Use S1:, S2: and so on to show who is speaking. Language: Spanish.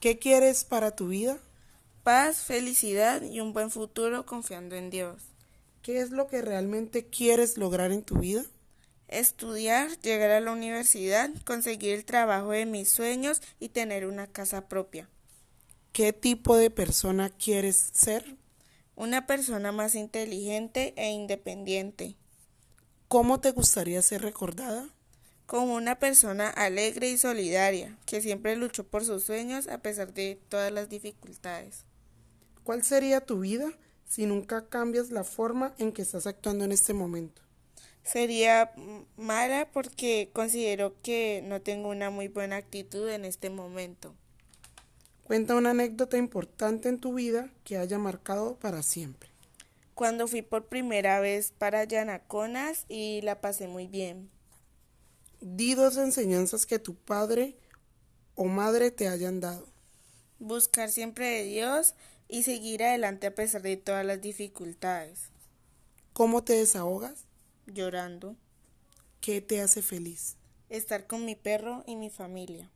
S1: ¿Qué quieres para tu vida?
S2: Paz, felicidad y un buen futuro confiando en Dios.
S1: ¿Qué es lo que realmente quieres lograr en tu vida?
S2: Estudiar, llegar a la universidad, conseguir el trabajo de mis sueños y tener una casa propia.
S1: ¿Qué tipo de persona quieres ser?
S2: Una persona más inteligente e independiente.
S1: ¿Cómo te gustaría ser recordada?
S2: como una persona alegre y solidaria, que siempre luchó por sus sueños a pesar de todas las dificultades.
S1: ¿Cuál sería tu vida si nunca cambias la forma en que estás actuando en este momento?
S2: Sería mala porque considero que no tengo una muy buena actitud en este momento.
S1: Cuenta una anécdota importante en tu vida que haya marcado para siempre.
S2: Cuando fui por primera vez para Yanaconas y la pasé muy bien.
S1: Di dos enseñanzas que tu padre o madre te hayan dado.
S2: Buscar siempre de Dios y seguir adelante a pesar de todas las dificultades.
S1: ¿Cómo te desahogas?
S2: Llorando.
S1: ¿Qué te hace feliz?
S2: Estar con mi perro y mi familia.